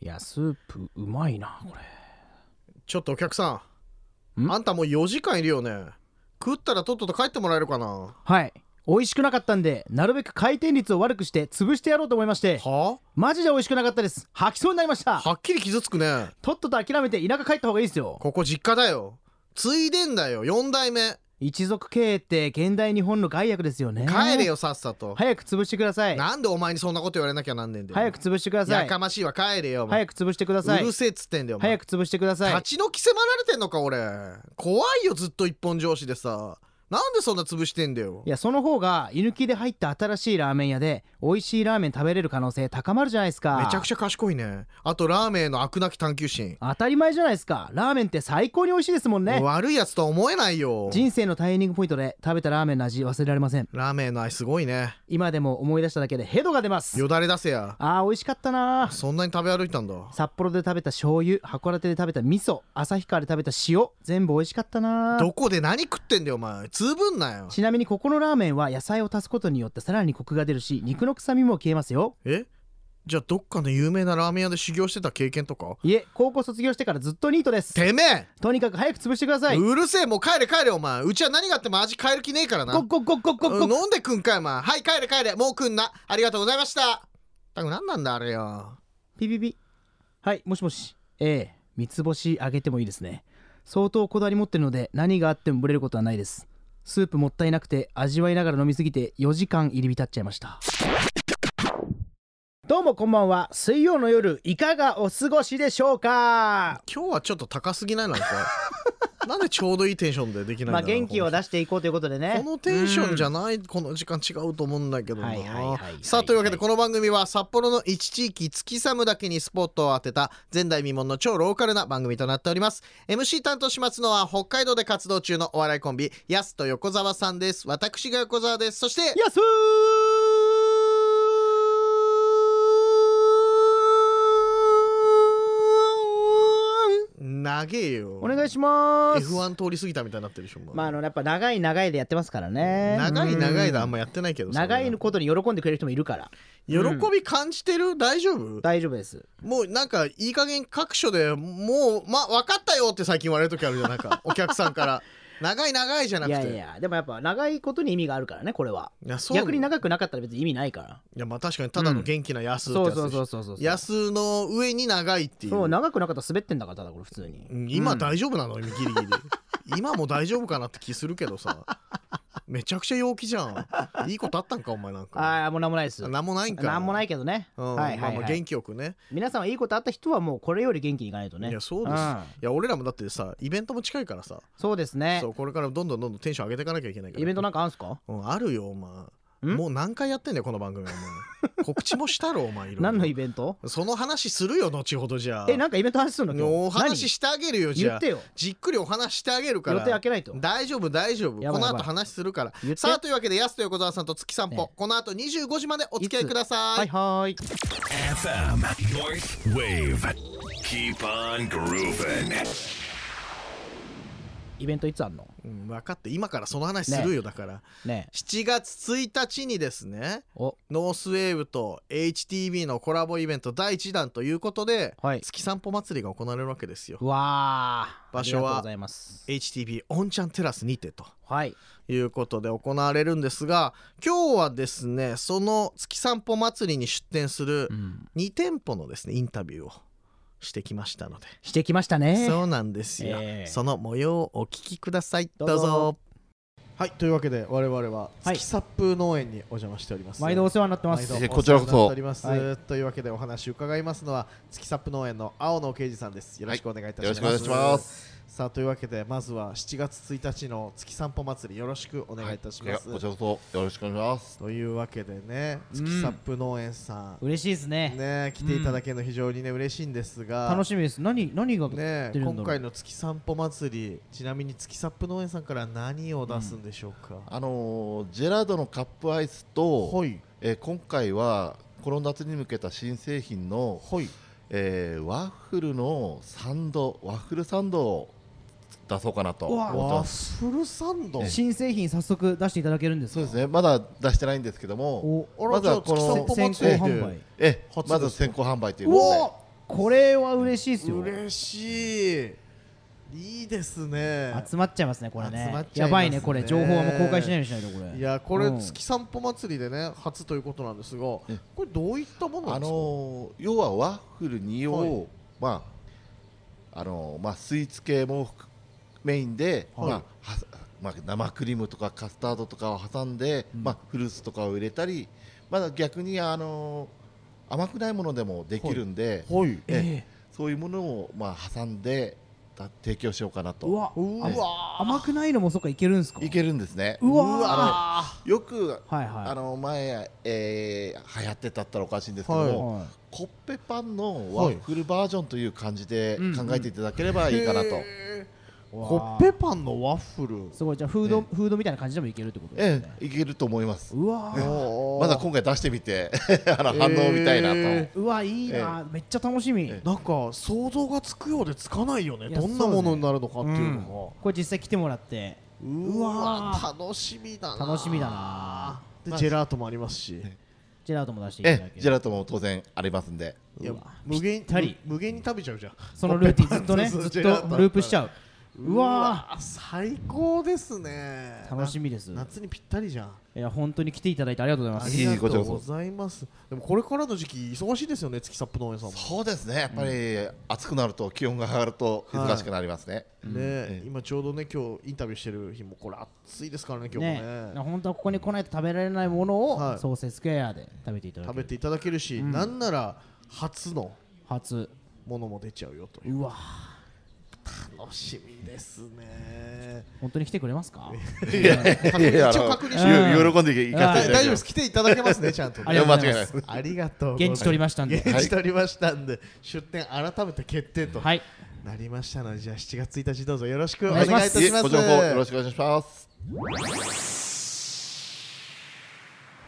いやスープうまいなこれちょっとお客さんんあんたもう4時間いるよね食ったらとっとと帰ってもらえるかなはい美味しくなかったんでなるべく回転率を悪くして潰してやろうと思いましてはマジで美味しくなかったです吐きそうになりましたはっきり傷つくねとっとと諦めて田舎帰った方がいいですよここ実家だよついでんだよ4代目一族経営って現代日本の害悪ですよね帰れよさっさと早く潰してくださいなんでお前にそんなこと言われなきゃなんねんだよ早く潰してくださやいかましいわ帰れよお前早く潰してくださういるせえっつってんだよお前早く潰してください立ち退き迫られてんのか俺怖いよずっと一本上司でさなんでそんな潰してんだよいやその方が居抜きで入った新しいラーメン屋で美味しいラーメン食べれる可能性高まるじゃないですかめちゃくちゃ賢いねあとラーメンへの飽くなき探求心、当たり前じゃないですかラーメンって最高に美味しいですもんね悪いやつとは思えないよ人生のタイミングポイントで食べたラーメンの味忘れられませんラーメンの愛すごいね今でも思い出しただけでヘドが出ますよだれ出せやあー美味しかったなそんなに食べ歩いたんだ札幌で食べた醤油函館で食べた味噌旭川で食べた塩全部美味しかったなどこで何食ってんだよお前つぶんなよちなみにここのラーメンは野菜を足すことによってさらにコクが出るし肉の臭みも消えますよえじゃあどっかの有名なラーメン屋で修行してた経験とかいえ高校卒業してからずっとニートですてめえ、とにかく早く潰してくださいうるせえもう帰れ帰れお前うちは何があっても味変える気ねえからなごっごっごっごっごっごっうん飲んでくんかいお前はい帰れ帰れもうくんなありがとうございましたたく何なんだあれよピピピはいもしもしええ三つ星あげてもいいですね相当こだわり持ってるので何があってもブレることはないですスープもったいなくて味わいながら飲みすぎて4時間入り浸っちゃいましたどうもこんばんは水曜の夜いかがお過ごしでしょうか今日はちょっと高すぎないなんか なんでちょうどいいテンションでできないんまだあろう元気を出していこうということでねこのテンションじゃない、この時間違うと思うんだけどな、はいはいはいはいさあというわけでこの番組は札幌の一地域月寒だけにスポットを当てた前代未聞の超ローカルな番組となっております MC 担当しますのは北海道で活動中のお笑いコンビやすと横澤さんです私が横澤ですそしてやっすー長えよお願いします F1 通り過ぎたみたいになってるでしょ、まああのやっぱ長い長いでやってますからね長い長いだあんままやってないけど長いのことに喜んでくれる人もいるから喜び感じてる大丈夫大丈夫ですもうなんかいい加減各所でもうま分かったよって最近言われる時あるじゃんな んかお客さんから長い長いじゃないくてやいやでもやっぱ長いことに意味があるからねこれはいやそう逆にい長くなかったら別に意味ないからやまあ確かにただの元気な安ってそやつうでしょそうそうそうそう安の上に長いっていうそう長くなかったら滑ってんだからただこれ普通にうん今うん大丈夫なのギリギリ 今も大丈夫かなって気するけどさめちゃくちゃ陽気じゃんいいことあったんかお前なんかああもうなんもないですなんもないんかなんもないいけどねうんはいまはあいまはあ元い気よくね皆さんはいいことあった人はもうこれより元気にいかないとねいやそうですんいや俺らもだってさイベントも近いからさそうですねそうこれからどんどんどんどんテンション上げていかなきゃいけないからイベントなんかあんすかうん、あるよ、お前。んもう何回やってんだよ、この番組は。お前告知もしたろ、お前。いろい ろ何のイベントその話するよ、後ほどじゃあ。えなんかイベント話するの今日お話ししてあげるよ、何じ言ゃっあて。よじっくりお話ししてあげるか予定開ら。けないと大丈夫、大丈夫。こやばいのやばい後話するから言っ。てさあ、というわけで、やすと横澤さんと月散歩ね、この後25時までお付き合いくださはいい。はーい FM North Wave. Keep on grooving. イベントいつあんのうん分かって、今からその話するよ、だから。ねえ7月1日にですね、おノースウェーブと HTB のコラボイベント第1弾ということで、はい月散歩祭りが行われるわけですよ。うわー場あ所はりがとうございます HTB オンチャンテラスにてとはいいうことで行われるんですが今日はですねその月散歩祭りに出店するうん2店舗のですねインタビューをしてきましたので、してきましたねそうなんですよ、ええその模様をお聞きくださいどどううぞぞはいというわけで我々ははい月サップ農園にお邪魔しております毎度お世話になってま毎す度えこちらこそお世話になっております、はというわけでお話を伺いますのは月サップ農園の青野啓二さんですよろしくお願いいたしよろます、しくお願いします。さあというわけでまずは7月1日の月散歩祭りよろしくお願いいたします、こちらこそよろしくお願いします。というわけでね月サップ農園さん、嬉しいですねね来ていただけるの非常にね嬉しいんですが楽しみです何何がね出るんだろう今回の月散歩祭りちなみに月サップ農園さんから何を出すんでしょうか、あのージェラードのカップアイスと、はいえー今回はこの夏に向けた新製品の、はいえーワッフルのサンドワッフルサンドを出そうかなと思ってワます。ッフルサンド新製品早速出していただけるんですそうかですね。まだ出してないんですけども、あらまじゃずあはこ月散歩の祭り先行販売え初ですまず先行販売といううこわこれは嬉しいですよ嬉しいいいですね集まっちゃいますねこれね集まっちゃやいますねばいねこれ情報はもう公開しないようにしないとこれいやこれうん月散歩祭りでね初ということなんですがこえれどういったものなあんですかのー要はワッフルにを、はいまああのーまあ、スイーツ系も含メインで、はいまあはまあ、生クリームとかカスタードとかを挟んで、まあ、フルーツとかを入れたり、まだ逆に、あのー甘くないものでもできるんで、はいええそういうものを、まあ、挟んでた提供しようかなうとわうあわ甘くないのもそっかいけるんすかいけるんですね。うわうわーよくはいはいあの前、えー流行ってたったらおかしいんですけども、はコッペパンのワッフルバージョンという感じでうん考えていただければいいかなと、へいーわあコッペパンのワッフルすごいじゃあフードフードみたいな感じでもいけるってことですえねえいけると思いますうわーまだこ今回出してみて あの反応みたいなと、えうわいいなめっちゃ楽しみえなんか想像がつくようでつかないよねいやどんなものになるのかっていうのこれ実際来てもらってがうわー楽しみだな楽しみだなでジェラートもありますしジェラートも出していただえけえるジェラートも当然ありますんでいやうわ無限たり無無限に食べちゃうじゃんそのルーティンずっ とねコずッペパンっととジェラートループしちゃううわー最高ですね楽しみですな夏にぴったりじゃんいや本当に来ていただいてありがとうございまあすりがこちとらうこそございますでもこれからの時期忙しいですよね月サップ農園さんもそうですねやっぱり暑くなると気温が上がると忙しくなりますね、ねえ今ちょうどね今日インタビューしてる日もこれ暑いですからね今日もねね本当はここに来ないと食べられないものはをい創生スクエアで食べていただ食けべるていただけるし、なんなら初の初ものも出ちゃうよといううわ楽しみですね本当に来てくれますかいや いや一応あの確認しようよ喜んでいかせ大ていただき丈夫ますです来ていただけますねちゃんとあいりやがとうご間違ざいいないまですすありがとうござい現ま地す取りましたんで現地取りましたんで、出店改めて決定とはいなりましたので、じゃあ7月1日どうぞよろしくおお願願いいいしたますしますいえこちらこそよろしくお願いします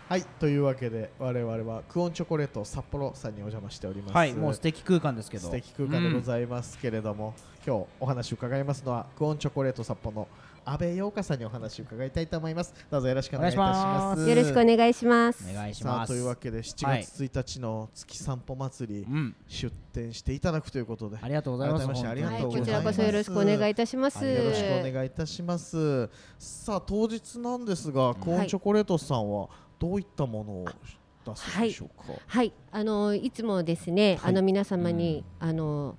はいというわけで我々はクオンチョコレート札幌さんにお邪魔しておりますはいもう素敵空間ですけど素敵空間でございますけれども、今日お話を伺いますのはクオンチョコレート札幌の安倍陽香さんにお話を伺いたいと思いますどうぞよろしくお願いいたしますおよろしくお願いします。お願いしさまあすというわけでは7い月1日の月散歩祭り、うん出店していただくということでありがとうございます改めしてありがはとい、うございこますちらこそよろしくお願いいたします。はいよろしくお願いいたします。さあ当日なんですが、コーンチョコレートさんはどういったものを出すんでしょうか。はい、あのいつもですね、はいあの皆様に、あの、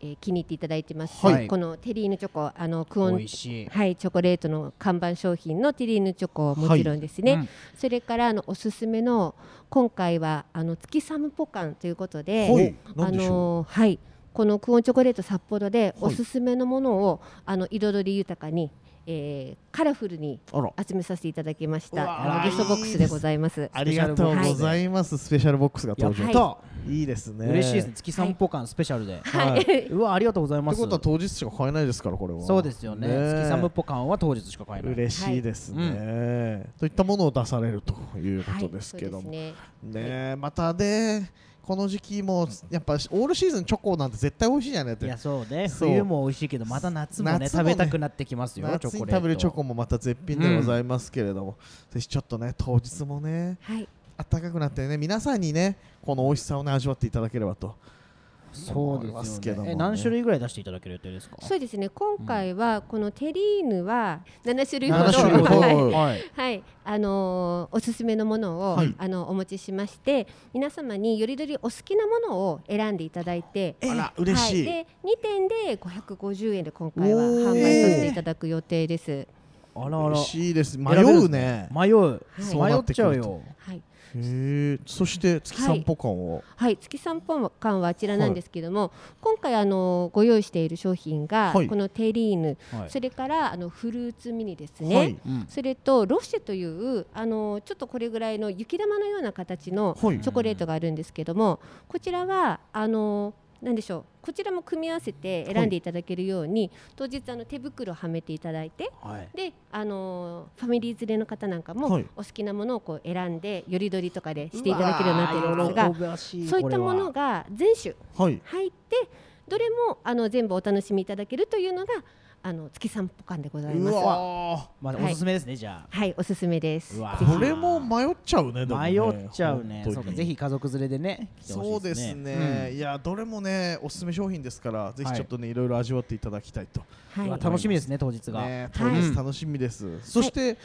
えー気に入っていただいてます、はいこのテリーヌチョコ、あのクオ美ン味しいはいチョコレートの看板商品のテリーヌチョコもちろんですね。うんそれからあのおすすめの今回はあの月サムポカンということで、はいなあんでしょのはいこのクオンチョコレート札幌ではいおすすめのものを、あの彩り豊かに、えーカラフルにあら集めさせていただきましうわた。ーあのゲストボックスでございます。ありがとうございます。スペシャルボックスがや登っ場。はいたいいですね。嬉しいですねっ月散歩感スペシャルでははいい、うわありがとうございてますことは当日しか買えないですからこれは。そうですよねえ月散歩感は当日しか買えない嬉しいですね、といったものを出されるということですけども、はいそうですねねえまたねこの時期もやっぱオールシーズンチョコなんて絶対美味しいじゃないいやそうねそう冬も美味しいけどまた夏もね夏も食ねべたくなってきますよチ夏ョにコレート食べるチョコもまた絶品でございますけれども、ぜひちょっとね当日もねはい、暖かくなってね皆さんにねこの美味しさをね味わっていただければとそう思いまですすけよどもねねえ何種類ぐらい出していただける予定ですかそうですね。今回はこのテリーヌは7種類ほど7種類はいほどはいはい、あのーおすすめのものを、はいあのお持ちしまして、皆様によりどりお好きなものを選んでいただいて、あら嬉しい、はい、で2点で550円で今回はおー販売させていただく予定です、あらあら嬉しいです迷選べるんうですね迷うそう迷なっってちくゃうるとよはいへえそして月散歩感を、はい、月散歩館はあちらなんですけども、今回あのご用意している商品が、はいこのテリーヌ、はいそれからあのフルーツミニですね、はいうんそれとロッシェというあのちょっとこれぐらいの雪玉のような形のチはいョコレートがあるんですけども、こちらはあのなんでしょうこちらも組み合わせて選んでいただけるように、当日あの手袋をはめていただいてはいであのファミリー連れの方なんかはもいお好きなものをこう選んでよりどりとかでしていただけるようになっているんですうわがー喜ばしそういったものこが全種はい入ってどれもあの全部お楽しみいただけるというのがあの月散歩館でございうます。わまあ、はいおすすめですね、じゃはい、おすすめです。うわぜーひこれも迷っちゃうねであ。もね迷っちゃうね。本そ当うにかぜひ家族連れでね、来てそほしういでですね。すね、いやどれもねおすすめ商品ですからぜひちょっとね、い、ろいろ味わっていただきたいと、うんうはわい、楽しみですね、当日が。ね、はい当日うん楽しみです、そして、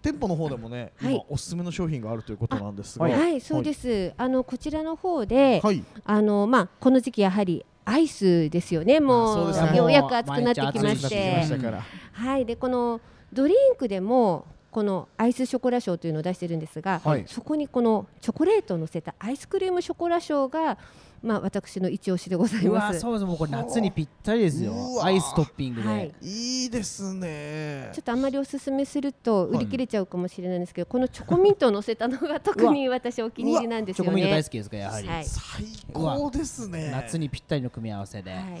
店舗の方でもね、はい今おすすめの商品があるということなんですがあはい、そうです。あのこちらの方で、はいあのまあこの時期やはりアイスですよね。もあうそうですねようやく暑くなってきもうま毎暑日きくなっててしきままてししたたかからら、はい、でこのドリンクでもこのアイスショコラショーというのを出してるんですが、はいそこにこのチョコレートを乗せたアイスクリームショコラショーが、まあ、私の一押しでございうわます。そうですもうこれ夏にぴったりですようわアイストッピングで、はいいいですねちょっとあんまりおすすめすると売り切れちゃうかもしれないんですけど、このチョコミントを乗せたのが特に私お気に入りなんですチョよコミントね大。好きですからやはり、はい最高ですね夏にぴったりの組み合わせで、はいは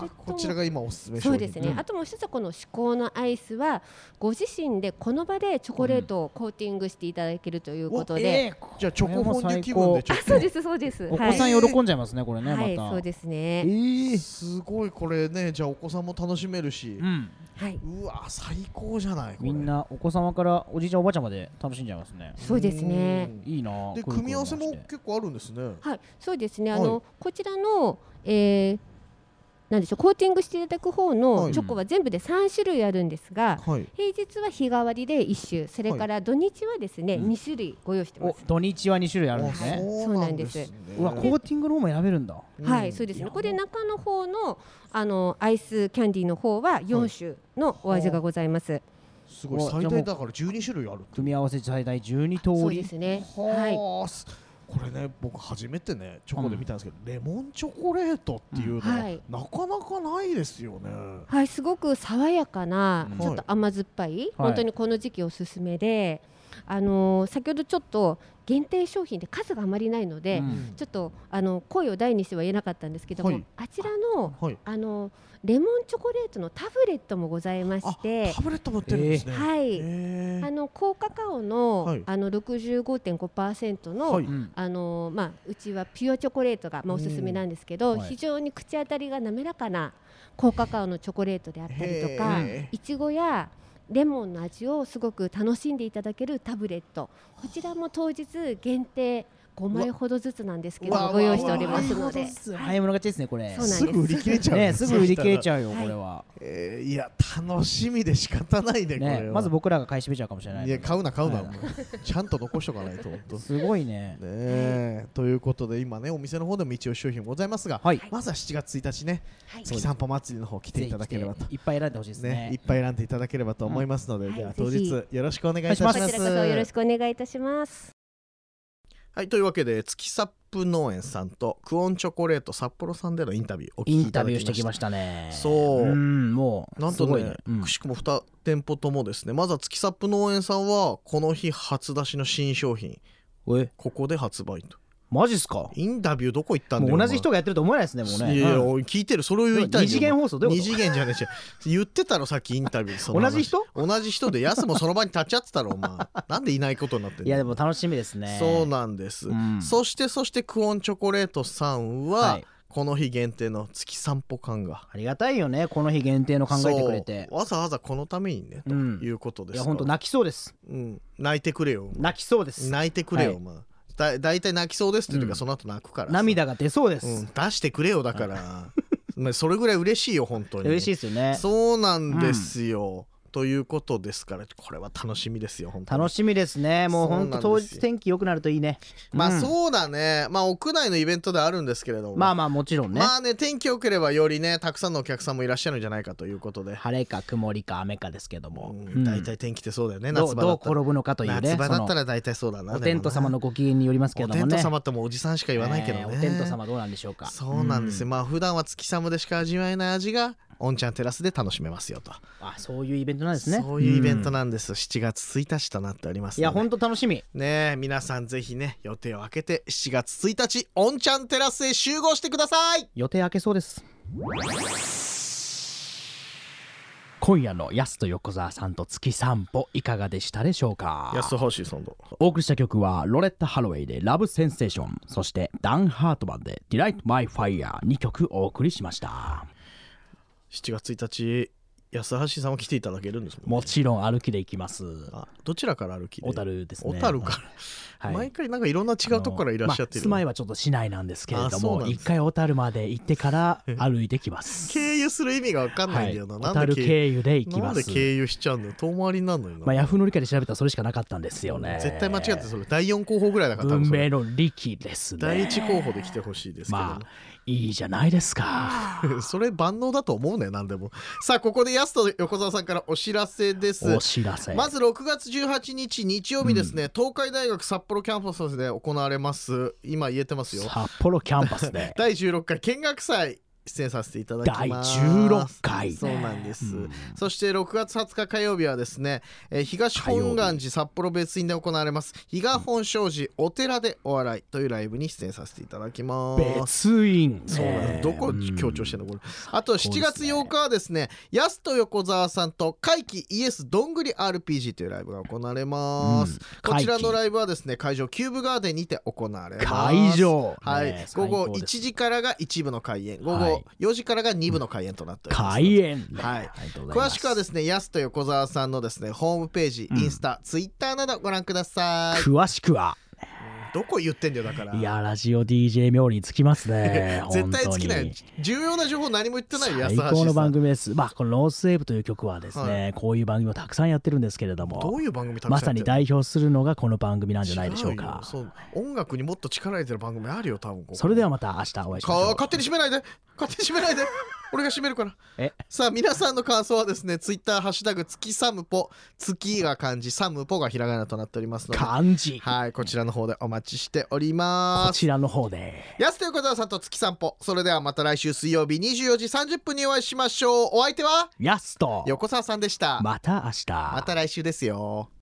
あれとこちらが今おすすめ商そう品ですね、うんあともう一つはこの至高のアイスはご自身でこの場でチョコレートをコーティングしていただけるということで、えーじゃあチョコフォンデュ気こ分れもでちょあっとそうですそうですお子さはいん喜んじゃいますねこれね、はい、またそうですねえーすごいこれねじゃあお子さんも楽しめるしう、んはい、うわ最高じゃないこれみんなお子様からおじいちゃんおばあちゃんまで楽しんじゃいますねそうですねう。んいいなぁでこういう組み合わせも組み合わ結構あるんですねはい、そうですね。あはいの、こちらの、えーなんでしょう、コーティングしていただく方はのいチョコは全部で3種類あるんですが、はい平日は日替わりで1種、それから土日はですね、うん2種類ご用意してませすお。土日は2種類あるんですねあそうねうわコーティングの方も選べるんだはい、そうですね。ここで中の方のあのアイスキャンディーの方は4種のお味がございます。すごい最大だから12種類ある組み合わせ最大12そ通うでりすね。はい。はあすこれね僕初めてねチョコで見たんですけど、レモンチョコレートっていうのうは、んはいなかなかないですよねはい、すごく爽やかな、うんちょっと甘酸っぱい、本当にこの時期おすすめで、あのー先ほどちょっと限定商品で数があまりないので、うんちょっとあの声を大にしては言えなかったんですけども、はいあちらのはいあのレモンチョコレートのタブレットもございまあして、タブレットも売ってるんですね、はい、へあーの高カカオの、はいあの65.5%の、はいうんあのーまあ、うちはピュアチョコレートが、まあ、おすすめなんですけど、うんはい非常に口当たりが滑らかな高カカオのチョコレートであったりとかへーいちごやレモンの味をすごく楽しんでいただけるタブレットこちらも当日限定5枚ほどずつなんですけどうわご用意しておりますので早い者勝ちですねこれそうなんですすぐ売り切れちゃうねすぐ売り切れちゃう、ゃうよはいこれはえーいや楽しみで仕方ないねこれはねまず僕らが買い占めちゃうかもしれないいのやで買うな買うはな、いもうちゃんと残しとかないと 本当ねすごいねえということで今ねお店の方でも一応商品ございますが、はいまずは7月1日ねはい月散歩祭りの方来ていただければとぜひ来ていっぱい選んでほしいですね、いねっぱい選んでいただければと思いますので、うんでははい当ぜ日ひよろしくお願いいたしおまこ願ちいしらまこすそよろしくお願いいたしますはいというわけで月サップ農園さんとクオンチョコレート札幌さんでのインタビューお聞イきンいタただビきューまししたてきましたねそうんもうなんとすごいねうんくしくも2店舗ともですねまずは月サップ農園さんはこの日初出しの新商品えここで発売とマジっすかインタビューどこ行ったんだもよう同じ人がやってると思えないですねもういやいや、ねおい聞いてる、それを言いたいよ。二次元放送どういう二こと次元じゃねえし。言ってたろ、さっきインタビューでその同話じ人同じ人で、やすもその場に立ち会ってたろ、お 前。なんでいないことになってんうんのいやでも楽しみですねそうなんです。うんそして、そして、クオンチョコレートさんは、はいこの日限定の月散歩感が。ありがたいよねこの日限定の考えてくれてそうわざわざこのためにね、うんということでいすかやら。本当泣きそうですうん、泣いてくれよ。泣きそうです泣いてくれはいよ、お前。だ大体泣きそうですって言うか、うんその後泣くからさ。涙が出そうでうん、す出してくれよ だから、まあそれぐらい嬉しいよ本当に嬉しいですよねそうなんですよ、ということですからこれは楽しみですよ本当に楽しみですねもう本当そう当なんです日よ天気良くなるといいねまあうんそうだねまあ屋内のイベントではあるんですけれどもまあまあもちろんねまあね天気良ければよりねたくさんのお客さんもいらっしゃるんじゃないかということで、晴れか曇りか雨かですけどもうん、大体天気ってそうだよねどう夏場どだうったら転ぶのかというね夏場だったそのら大体そうだなお天道様ののご機嫌によりますけおども天ね道様ってもうおじさんしか言わないけどね、えーお天道様どうなんでしょうかそうなんですよ、うまあ普段は月様でしか味わえない味がおんちゃんテラスで楽しめますよとあそういうイベントなんですねそういうイベントんなんです、7月1日となっておりますいや本当当楽しみねえ皆さんぜひね予定を空けて7月1日おんちゃんテラスへ集合してください予定開けそうです今夜のやすと横澤さんと月散歩いかがでしたでしょうか橋さんとお送りした曲はロレッタ・ハロウェイで「ラブ・センセーション」そしてダン・ハートマンで「ディライト・マイ・ファイヤー」2曲お送りしました7月1日安橋さんは来ていただけるんですもんねもちろん歩きで行きますあどちらから歩きで小樽ですね小樽から、はい毎回なんかいろんな違うとこからいらっしゃってあのまあ住まる、いはちょっと市内なんですけれあどそうなもんです一回小樽まで行ってから歩いてきます 経由する意味がわかんないんだよな、はい、小なん樽で経経由で行由きなまんすで経由しちゃうんだよ遠回りになるのよな、まあ、ヤフーの理解で調べたらそれしかなかったんですよね絶対間違ってそれ第4候補ぐらいだから多文分それ明の力ですね第1候補で来てほしいですけどね、まあいいじゃないですか それ万能だと思うね何でもさあここで安と横澤さんからお知らせですお知らせまず6月18日日曜日ですね、東海大学札幌キャンパスで行われます今言えてますよ札幌キャンパスで第16回見学祭出演さ せていただき第ます16回ねそうなんです、うんそして6月20日火曜日はですね、えー東本願寺札幌別院で行われます比嘉本庄寺お寺でお笑いというライブに出演させていただきます別院そうなのどこ強調してんのこれあと7月8日はですねやすと横澤さんと怪奇イエスどんぐり RPG というライブが行われまうす、んこちら怪の奇ライブはですね会場キューブガーデンにて行われます会場はい、ねえ午後最高1です時からが一部の開演午は後い4時からが2部の開演となっております開演はいありがとうござい詳ますしくはですねやすと横澤さんのですねホームページ、インスタツイッターなどご覧ください詳しくはどこ言ってんだよだからいやラジオ DJ 妙につきますね 絶対好き本当なよに重要な情報何も言ってないよ安最橋さん高の番組です。まあ、このロースウェーブという曲はですね、はこういう番組をたくさんやってるんですけれども、どういう番組たくさんまさに代表するのがこの番組なんじゃないでしょう違よか。そう音楽にもっと力入れてる番組あるよ多分ここそれではまた明日お会いしましかょう。勝手に閉めないで勝手に閉めな いで俺が閉めるからえさあ皆さんの感想はですねツイッターハッシュタグ月サムポ月が漢字サムポがひらがなとなっておりますので漢字、はいこちらの方でお待ちしておりこますちらの方で。安と横澤さんと月散歩それではまた来週水曜日24時30分にお会いしましょうお相手はやすと、横澤さんでしたまた明日。また来週ですよ